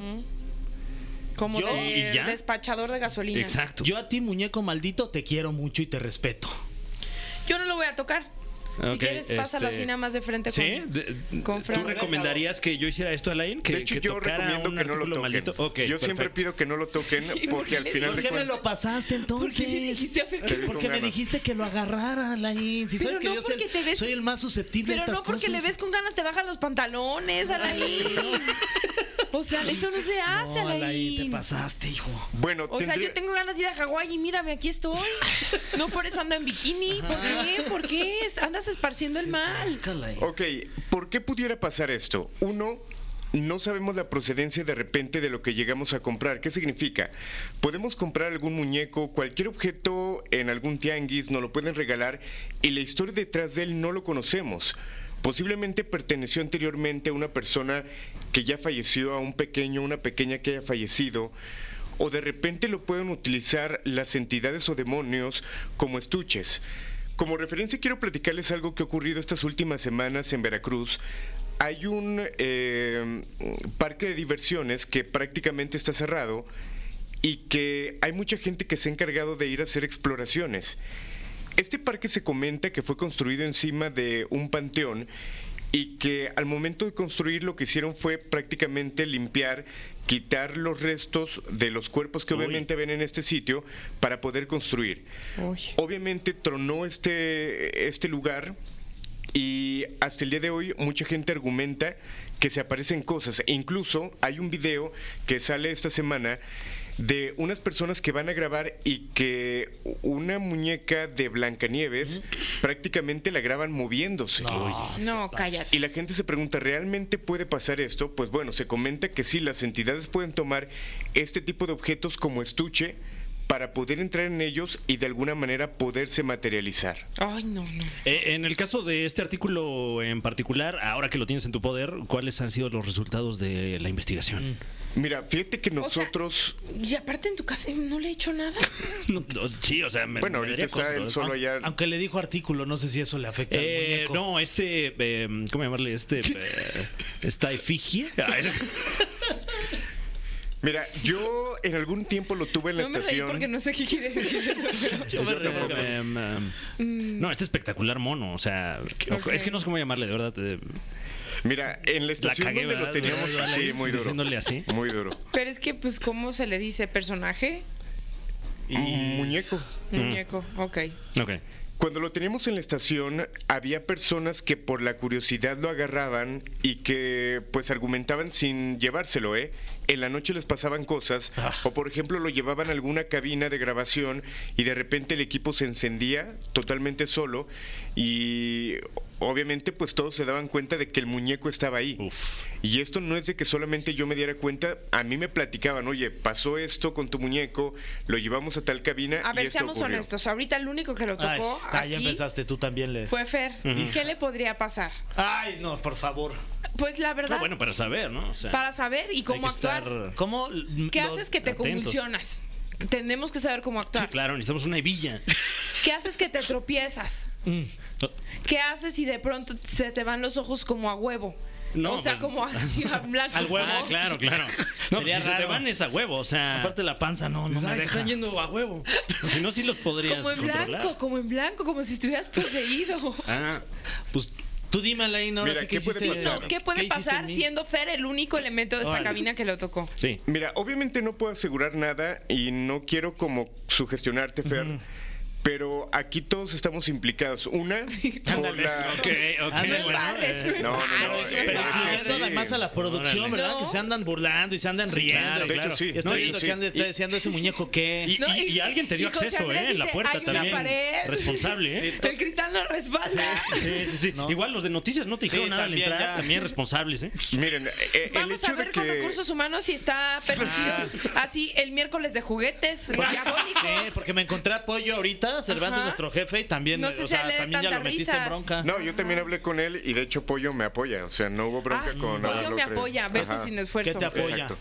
Como Yo, de ¿y ya? despachador de gasolina. Exacto. Yo a ti, muñeco maldito, te quiero mucho y te respeto. Yo no lo voy a tocar. si Ok, quieres, pásalo este- así nada más de frente ¿Sí? con, De- con ¿Tú Fran. recomendarías que yo hiciera esto, Alain? Que, de hecho, que yo tocara recomiendo un que no lo artículo toquen. maldito? Ok, yo siempre perfecto. pido que no lo toquen porque al final ¿Por de qué me cuentas. lo pasaste ¿Por qué te entonces? quisiste acercar? Te vi Porque con me ganas. dijiste que lo agarrara, Alain. Si sabes Pero que no yo soy, porque te ves- soy el más susceptible a Pero estas no porque le cosas. ves con ganas te bajan los pantalones, Alain. O sea, eso no se hace, No, Alain. Alain, te pasaste, hijo. Bueno, O sea, tendría- yo tengo ganas de ir a Hawái y mírame, aquí estoy. No por eso ando en bikini. ¿Por qué? ¿Por qué? Andas esparciendo el mal. Saca, Alain. Ok, ¿por qué pudiera pasar esto? Uno, no sabemos la procedencia de repente de lo que llegamos a comprar. ¿Qué significa? Podemos comprar algún muñeco, cualquier objeto en algún tianguis, nos lo pueden regalar y la historia detrás de él no lo conocemos. Posiblemente perteneció anteriormente a una persona que ya falleció, a un pequeño, una pequeña que haya fallecido. O de repente lo pueden utilizar las entidades o demonios como estuches. Como referencia quiero platicarles algo que ha ocurrido estas últimas semanas en Veracruz. Hay un eh, parque de diversiones que prácticamente está cerrado y que hay mucha gente que se ha encargado de ir a hacer exploraciones. Este parque se comenta que fue construido encima de un panteón y que al momento de construir lo que hicieron fue prácticamente limpiar, quitar los restos de los cuerpos que obviamente ven en este sitio para poder construir. Obviamente tronó este, este lugar y hasta el día de hoy mucha gente argumenta que se aparecen cosas. E incluso hay un video que sale esta semana de unas personas que van a grabar y que una muñeca de Blancanieves prácticamente la graban moviéndose. No, cállate. Y la gente se pregunta, ¿realmente puede pasar esto? Pues bueno, se comenta que sí, las entidades pueden tomar este tipo de objetos como estuche para poder entrar en ellos y de alguna manera poderse materializar. Ay, no, no. Eh, en el caso de este artículo en particular, ahora que lo tienes en tu poder, ¿cuáles han sido los resultados de la investigación? Mira, fíjate que sea, nosotros... Y aparte en tu casa no le he hecho nada. No, no, sí, o sea, me, bueno, me ahorita daría está cosa, él ¿no? solo allá. Aunque le dijo artículo, no sé si eso le afecta al Eh, muñeco. no, este, eh, ¿cómo llamarle? Este, eh, esta efigie. Ay, no. Mira, yo en algún tiempo lo tuve en la No me reí estación. porque no sé qué quiere decir eso. pero- Yo me reí, eh, em, no, este espectacular mono, o sea, Ok. es que no sé cómo llamarle, de verdad. eh, Mira, en la La estación cagué, donde ¿verdad? lo teníamos Igual ahí, sí, muy duro. Diciéndole así. Muy duro. Pero es que, pues, ¿cómo se le dice? ¿Personaje? Un muñeco. Muñeco. Ok. Ok. Cuando lo teníamos en la estación, había personas que por la curiosidad lo agarraban y que pues argumentaban sin llevárselo, ¿eh? En la noche les pasaban cosas, o por ejemplo lo llevaban a alguna cabina de grabación y de repente el equipo se encendía totalmente solo y obviamente pues todos se daban cuenta de que el muñeco estaba ahí. Uf. Y esto no es de que solamente yo me diera cuenta, a mí me platicaban, oye, pasó esto con tu muñeco, lo llevamos a tal cabina. A y ver, esto seamos ocurrió". honestos. Ahorita el único que lo Ay, tocó ah, ya aquí empezaste, tú también le. fue Fer. ¿Qué le podría pasar? Ay, no, por favor. Pues la verdad, Ah, bueno, para saber, ¿no? O sea, para saber y cómo hay que actuar. estar- ¿Cómo? ¿Qué lo- haces que te atentos. convulsionas? Tenemos que saber cómo Sí, actuar. claro, necesitamos una hebilla. ¿Qué haces que te tropiezas? Mm. ¿Qué haces si de pronto se te van los ojos como a huevo? No, o sea, pues- como así a blanco. Al huevo. Ah, claro, claro. No, Sería pues, si se te raro. van es a huevo, o sea. Aparte la panza, no, no Dices, me "Ay, se deja. están yendo a huevo. Si no, sí los podrías Como en controlar. blanco, como en blanco, como si estuvieras poseído. Ah, Pues tú dime, Alain, ahora Mira, sí que ¿qué puede hiciste- pasar? Dinos, ¿qué puede hiciste en pasar mí? siendo Fer el único elemento de esta Órale. cabina que lo tocó? sí. Mira, obviamente no puedo asegurar nada y no quiero como sugestionarte, Fer. Pero aquí todos estamos implicados. Una, por Ándale. la... Ok, ok, Ándale. bueno, eh, No, no, no. Pero eh, Pero es que incluyendo sí. además a la producción, Órale. ¿verdad? No. Que se andan burlando y se andan riendo. claro, de hecho, claro. sí. Yo de estoy hecho, viendo sí. que anda está diciendo ese muñeco Y, que. No, y- y- y alguien te dio y José acceso, Andrés ¿eh? En la dice, puerta "Hay una también. pared". Responsable, ¿eh? El cristal no respalda. Sí, sí, sí. No. Igual los de noticias no te Sí, dijeron nada al también, entrar, ya. también responsables, ¿eh? Miren, eh, eh, el Vamos hecho a ver de con que... recursos humanos si está permitido. Así, el miércoles de juguetes diabólicos. Sí, porque me encontré a Pollo ahorita, Cervantes, Ajá. nuestro jefe, y también, No sé o si sea, le den también ya lo tantas metiste en risas. bronca. No, yo también hablé con él y de hecho Pollo me apoya. O sea, no hubo bronca Ah, con... Pollo Adán me Lotre. apoya, versus Ajá. sin esfuerzo. ¿Qué te apoya? Exacto.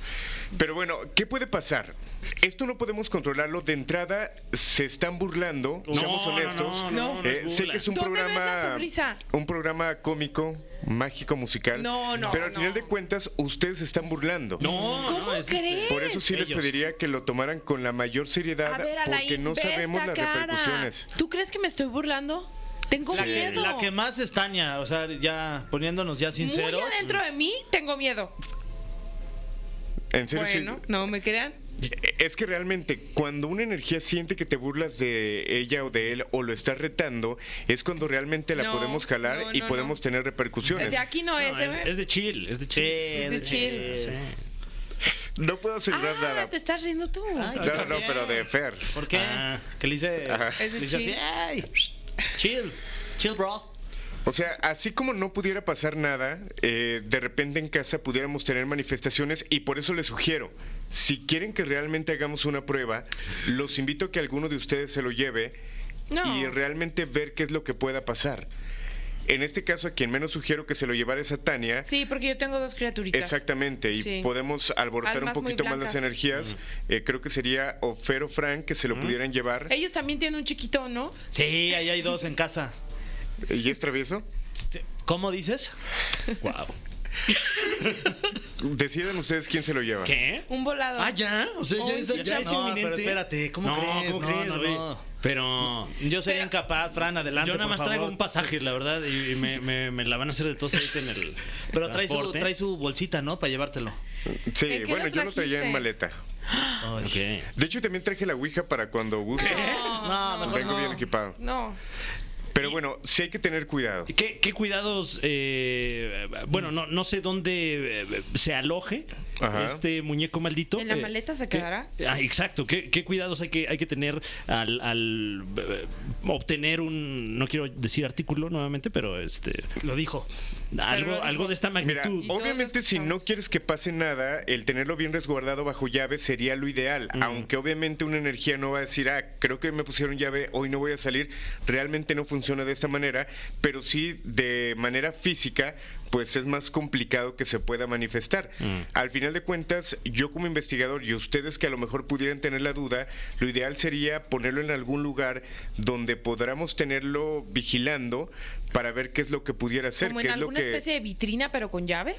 Pero bueno, ¿qué puede pasar? Esto no podemos controlarlo. De entrada, se están burlando, seamos honestos. No, no, no, no, no Eh, sé burla. que es un ¿Dónde ves la programa, sonrisa? un programa cómico, mágico, musical. No, no, Pero al no. final de cuentas, ustedes se están burlando. No, ¿Cómo no, es este- crees? Por eso sí les Ellos. pediría que lo tomaran con la mayor seriedad, a ver, Alain, porque no ve sabemos esta las cara. repercusiones. ¿Tú crees que me estoy burlando? Tengo La que, miedo. la que más estaña, o sea, ya poniéndonos ya sinceros. Muy adentro de mí tengo miedo. En serio, sí. Bueno, no me crean. Es que realmente cuando una energía siente que te burlas de ella o de él o lo estás retando, es cuando realmente la No, podemos jalar no, y no, podemos no. tener repercusiones. De aquí no, No, es. es, ¿eh? es de chill, es de chill. Es de chill. Sí. No puedo asegurar ah, nada. te estás riendo tú. Ay, Claro, no, bien. pero de Fer. ¿Por qué? Ah. Que le dice, Ajá. Es de le dice así, "Ah". chill. "Ey, chill, chill, bro. O sea, así como no pudiera pasar nada, eh, de repente en casa pudiéramos tener manifestaciones y por eso les sugiero, si quieren que realmente hagamos una prueba, los invito a que alguno de ustedes se lo lleve No. y realmente ver qué es lo que pueda pasar. En este caso, a quien menos sugiero que se lo llevara es a Tania. Sí, porque yo tengo dos criaturitas. Exactamente, y Sí. podemos alborotar Almas un muy poquito más las blancas. energías. Eh, creo que sería o Fer o Frank que se lo pudieran llevar. Ellos también tienen un chiquito, ¿no? Sí, ahí hay dos en casa. ¿Y es travieso? Este, ¿Cómo dices? Wow. Decidan ustedes quién se lo lleva. ¿Qué? Un volado. Ah, ya. O sea, Oh, ya, es- sí, ya ya. es No, inminente. pero espérate, ¿cómo no, crees? ¿cómo No, crees? no, Ve. no. Pero. Yo sería incapaz, Fran, adelante. Yo nada por más traigo favor. un pasaje, la verdad, y, y me, me- me la van a hacer de tos ahorita en el. Pero trae su, transporte. trae su bolsita, ¿no? Para llevártelo. ¿En Sí, qué bueno, lo yo lo traía trajiste? en maleta. Ok. De hecho, también traje la Ouija para cuando guste. No, mejor Vengo no. bien equipado. No. Pero bueno, sí hay que tener cuidado. ¿Qué, qué cuidados? eh, bueno, no, no sé dónde eh, se aloje Ajá. este muñeco maldito. ¿En la Eh, maleta se ¿qué- quedará? Ah, exacto. ¿Qué, qué cuidados hay que, hay que tener al, al, eh, obtener un, no quiero decir artículo nuevamente, pero este Lo dijo. algo, dijo. algo de esta Mira, magnitud. todos obviamente los si no chavos. quieres que pase nada, el tenerlo bien resguardado bajo llave sería lo ideal, aunque obviamente una energía no va a decir, ah, creo que me pusieron llave, hoy no voy a salir, realmente no funciona de esta manera, pero sí de manera física, pues es más complicado que se pueda manifestar. Mm. Al final de cuentas, yo como investigador y ustedes que a lo mejor pudieran tener la duda, lo ideal sería ponerlo en algún lugar donde podamos tenerlo vigilando para ver qué es lo que pudiera ser, Como qué en es lo alguna que... especie de vitrina, pero con llave.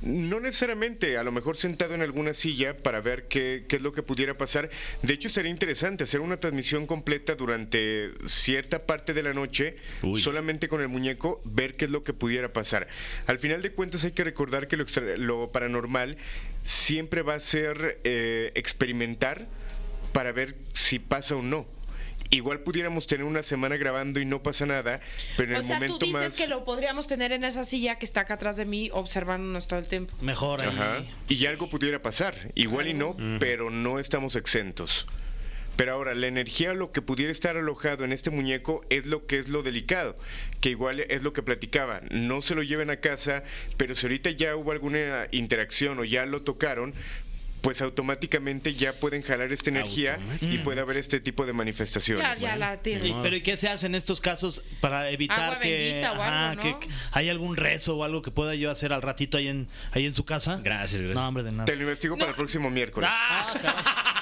No necesariamente, a lo mejor sentado en alguna silla para ver qué, qué es lo que pudiera pasar. De hecho, sería interesante hacer una transmisión completa durante cierta parte de la noche, Uy. solamente con el muñeco, ver qué es lo que pudiera pasar. Al final de cuentas hay que recordar que lo, extra- lo paranormal siempre va a ser eh, experimentar para ver si pasa o no. Igual pudiéramos tener una semana grabando y no pasa nada, pero en o el sea, tú momento dices más... que lo podríamos tener en esa silla que está acá atrás de mí, observándonos todo el tiempo. Mejor ahí. Ajá. Y algo pudiera pasar, igual y no, pero no estamos exentos. Pero ahora, la energía, lo que pudiera estar alojado en este muñeco es lo que es lo delicado, que igual es lo que platicaba, no se lo lleven a casa, pero si ahorita ya hubo alguna interacción o ya lo tocaron, pues automáticamente ya pueden jalar esta energía y puede haber este tipo de manifestaciones. Ya, ya la Y- tienes. pero ¿y qué se hace en estos casos para evitar Agua que, bendita o algo, ajá, ¿no? que que hay algún rezo o algo que pueda yo hacer al ratito ahí en, ahí en su casa? Gracias, gracias. No, hombre, de nada. Te lo investigo para el próximo miércoles. Ah, caray.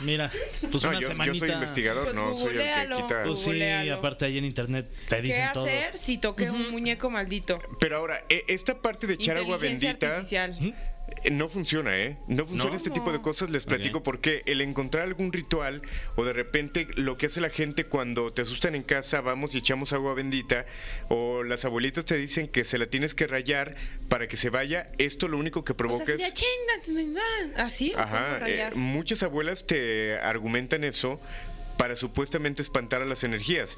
Mira, pues No, una yo, yo semanita. soy investigador, Pues no soy el que googlealo. quita. Pues sí, Googlealo. aparte ahí en internet te ¿Qué dicen todo. hacer si toqué un muñeco maldito? Pero ahora, e- esta parte de echar agua Inteligencia bendita... artificial. Eh, No funciona, ¿eh? No funciona ¿No? este tipo de cosas. Les platico Ok. porque el encontrar algún ritual o de repente lo que hace la gente cuando te asustan en casa, vamos y echamos agua bendita, o las abuelitas te dicen que se la tienes que rayar para que se vaya, esto lo único que O provoca sea, sería es... chinga, ¿Así? ¿O cómo Ajá, eh, rayar? muchas abuelas te argumentan eso para supuestamente espantar a las energías.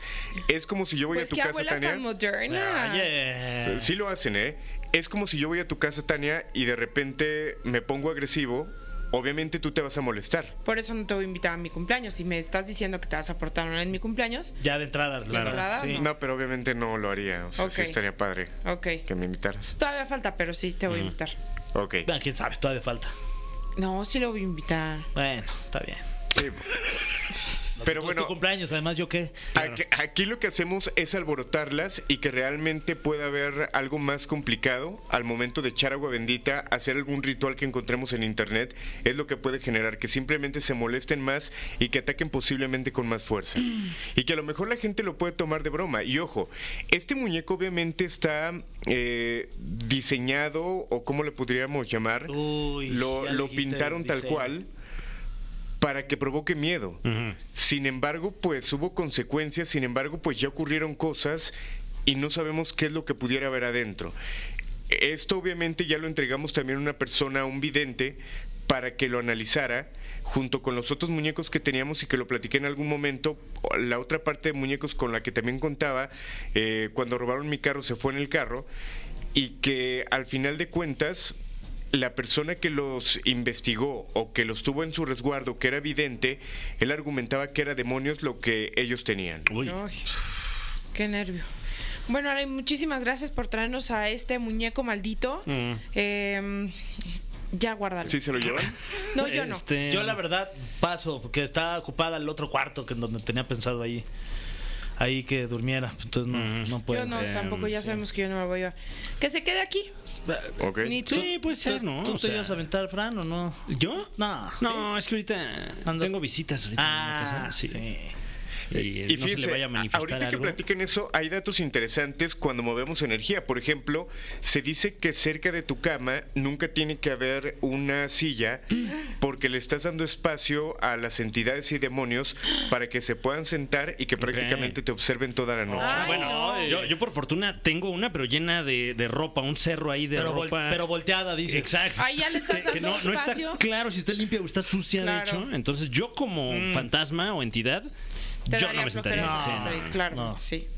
Es como si yo voy Pues a tu qué casa, abuelas Tania. tan modernas. Eh, Sí lo hacen, ¿eh? Es como si yo voy a tu casa, Tania, y de repente me pongo agresivo. Obviamente tú te vas a molestar. Por eso no te voy a invitar a mi cumpleaños. Si me estás diciendo que te vas a portar mal en mi cumpleaños, Ya de entrada, claro. entrada, sí. no. No, pero obviamente no lo haría. O sea, sí Ok. estaría padre ok. que me invitaras. Todavía falta, pero sí te voy a Mm. invitar. Ok. Ah, Bueno, quién sabe, todavía falta. No, sí lo voy a invitar. Bueno, está bien. Sí. Pues, Pero Tú, es tu bueno, cumpleaños, además, ¿yo qué? Aquí, aquí lo que hacemos es alborotarlas y que realmente pueda haber algo más complicado al momento de echar agua bendita, hacer algún ritual que encontremos en internet, es lo que puede generar que simplemente se molesten más y que ataquen posiblemente con más fuerza. Y que a lo mejor la gente lo puede tomar de broma. Y ojo, este muñeco obviamente está eh, diseñado o como le podríamos llamar, Uy, lo, ya lo dijiste, pintaron tal dice. cual para que provoque miedo. Sin embargo, pues hubo consecuencias, sin embargo, pues ya ocurrieron cosas y no sabemos qué es lo que pudiera haber adentro. Esto obviamente ya lo entregamos también a una persona, a un vidente, para que lo analizara junto con los otros muñecos que teníamos y que lo platiqué en algún momento. La otra parte de muñecos con la que también contaba, eh, cuando robaron mi carro se fue en el carro y que al final de cuentas la persona que los investigó o que los tuvo en su resguardo, que era evidente, él argumentaba que era demonios lo que ellos tenían. Uy. Ay, qué nervio. Bueno, Ari, muchísimas gracias por traernos a este muñeco maldito. Eh, ya guárdalo. Mm. ¿Sí se lo llevan? No, yo no. Este, Yo la verdad paso, porque está ocupada el otro cuarto que en donde tenía pensado ahí. Ahí que durmiera, entonces no, Mm. no puedo. Pues, Yo no, em, tampoco ya sabemos que yo no me voy a. Que se quede aquí. Ok. Ni tú. Sí, puede ser, ¿no? ¿Tú O te sea, ibas a aventar, Fran, o no? ¿Yo? No. No, es que ahorita Andas- Ah, tengo visitas ahorita. en la casa, sí. Y, Y no se le fíjense, eh, vaya a manifestar ahorita que algo. platiquen eso, hay datos interesantes cuando movemos energía. Por ejemplo, se dice que cerca de tu cama nunca tiene que haber una silla porque le estás dando espacio a las entidades y demonios para que se puedan sentar y que prácticamente te observen toda la noche. Ah, Ay, bueno, no. yo, yo por fortuna tengo una, pero llena de, de ropa, un cerro ahí de Pero, vol- ropa. pero volteada, dice. Exacto. Ahí ya le estás Que dando no, no está espacio. claro si está limpia o está sucia, Claro. de hecho. Entonces, yo como Mm. fantasma o entidad, Te yo daría no me flojera sentaría. ese Sí, no. sentido, Claro, no. sí.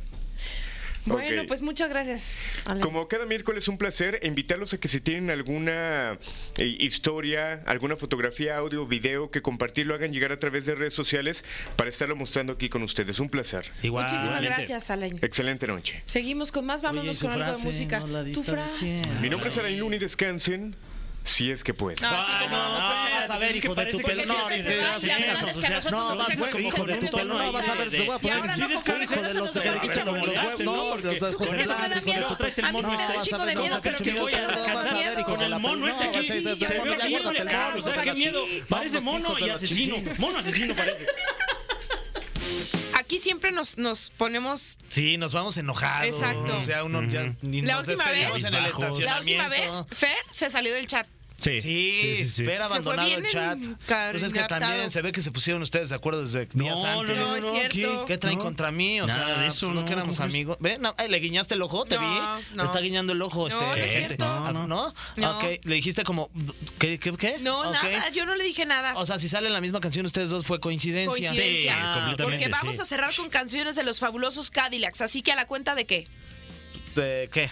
Ok. Bueno, pues muchas gracias. Ale. Como cada miércoles, un placer invitarlos a que si tienen alguna eh, historia, alguna fotografía, audio, video que compartir, lo hagan llegar a través de redes sociales para estarlo mostrando aquí con ustedes. Un placer. Igual. Muchísimas igualmente. gracias, Alain. Excelente noche. Seguimos con más, vámonos Oye, y su con algo de frase, música. no la tu diste frase. recién. Mi nombre es Alain Luna y descansen si es que pueden. No, Ah, así como no, vamos a hacer. vas a ver, Es que hijo de tu parece que pelo. no, No, siempre ni se siquiera van, se la quieras, verdad es o que sea, nosotros no, nunca vas a ver escuchamos como con con un tu tono ahí. tono Vas a ver, te voy a Y poner ahora el no cine, compares hijo de eso los nosotros con tejaditos, los los huevos, chocolate. no, los ojos Porque esto me da blancos, miedo. los A mí sí me da un chico de miedo, pero que yo voy a descansar miedo. con el mono este aquí. Se Sí, ve ya horrible, guárdate cabrón, la cara, o sea, qué guárdate. miedo. Parece Vamos, mono hijos de y la asesino. chinchín. Mono asesino parece. Aquí siempre nos, nos ponemos. Sí, nos vamos enojados. Exacto. O sea, uno ya ni La nos última despedimos vez- en el Bajos. La La estacionamiento. última vez, Fer se salió del chat. Sí, sí, sí, Fer Se fue abandonado bien el chat. encar- Pues es que encartado. también se ve que se pusieron ustedes de acuerdo desde días no, antes. no, no, es cierto. ¿Qué traen contra mí? O Nada sea, de eso, pues, no, no, que éramos ¿cómo crees? amigos. Ve, no, ay, le guiñaste el ojo, te No, vi. no. Me está guiñando el ojo este. no es gente. cierto. Ah, ¿No? No. Ok, le dijiste como ¿qué qué qué? No, Ok. nada, yo no le dije nada. O sea, si sale la misma canción ustedes dos fue coincidencia. Coincidencia. Sí, ah, Porque vamos a cerrar con canciones de los fabulosos Cadillacs. Así que a la cuenta de qué. ¿de ¿Qué?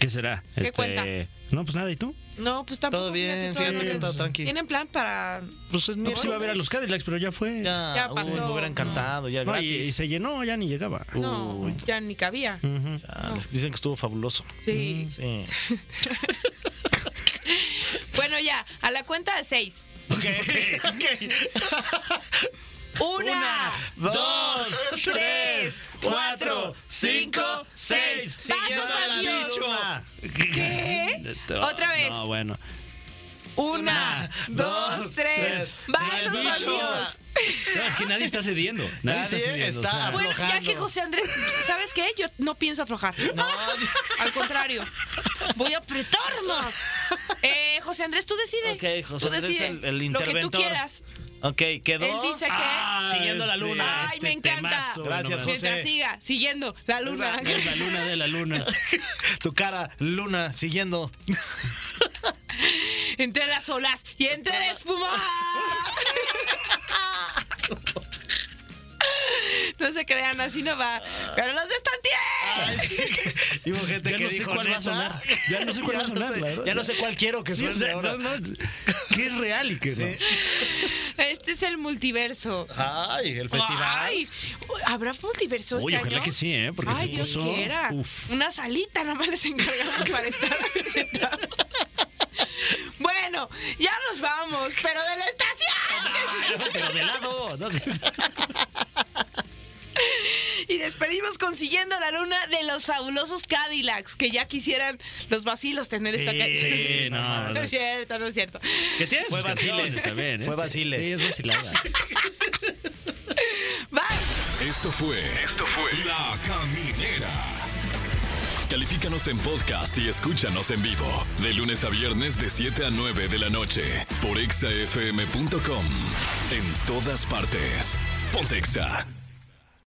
¿Qué será? ¿Qué cuenta? No, pues nada, ¿y tú? No, pues tampoco. Todo todavía bien, fíjate que he no estado tenemos- tranqui. ¿Tienen plan para.? Pues es No, mi pues iba a ver a los Cadillacs, pero ya fue. Ya, Ya uy, pasó. me hubiera encantado, ya No, y, gratis. y se llenó, ya ni llegaba. No, ya ni cabía. Ujú. Ah, les Dicen que estuvo fabuloso. Sí. Sí. Bueno, ya, a la cuenta de seis. Una, dos, tres, cuatro, cinco, seis. Pasos vacíos. ¿Qué? Otra vez. No, bueno. Una, dos, tres. Vasos bicho. vacíos. No, es que nadie está cediendo. Nadie, está Nadie cediendo. está o sea, Bueno, ya Aflojando. que José Andrés, ¿sabes qué? Yo no pienso aflojar. No, Al contrario, voy a apretar más. Eh, José Andrés, tú decides. Ok, José tú Andrés, decides el- el Lo que tú interventor. quieras. ok, quedó. Él dice que. Siguiendo la luna. Ay, me Este encanta. Gracias, José. mientras José. siga, siguiendo la luna. La luna de la luna. Tu cara, luna, siguiendo. entre las olas y entre la espuma. No se crean, así no va. Pero los destantié. Y hubo gente Ya que no sé dijo, cuál va a "Neta". sonar. Ya no sé cuál va a Ya no sonar, sé- la verdad. Ya no sé cuál quiero que Sí, o suene sea, ahora. no, no, ¿Qué es real y qué Sí. Este es el multiverso. Ay, el festival. Ay, ¿habrá multiverso este Oye, ojalá año? que sí, ¿eh? Porque Ay, se Dios puso- quiera. Uf. Una salita nada más les encargaron para estar sentados. Bueno, ya nos vamos, pero de la estación. Pero de lado. ¿no? Y despedimos consiguiendo la luna de los fabulosos Cadillacs, que ya quisieran los vacilos tener esta Sí, ca- sí, no, No verdad. es cierto, no es cierto. ¿Qué tienes? Fue Basile. También, ¿eh? Fue Sí. Basile. Sí, es vacilada. Bye. Esto fue. Esto fue. La Caminera. Califícanos en podcast y escúchanos en vivo. De lunes a viernes, de 7 a 9 de la noche. Por exafm.com. En todas partes. Pontexa.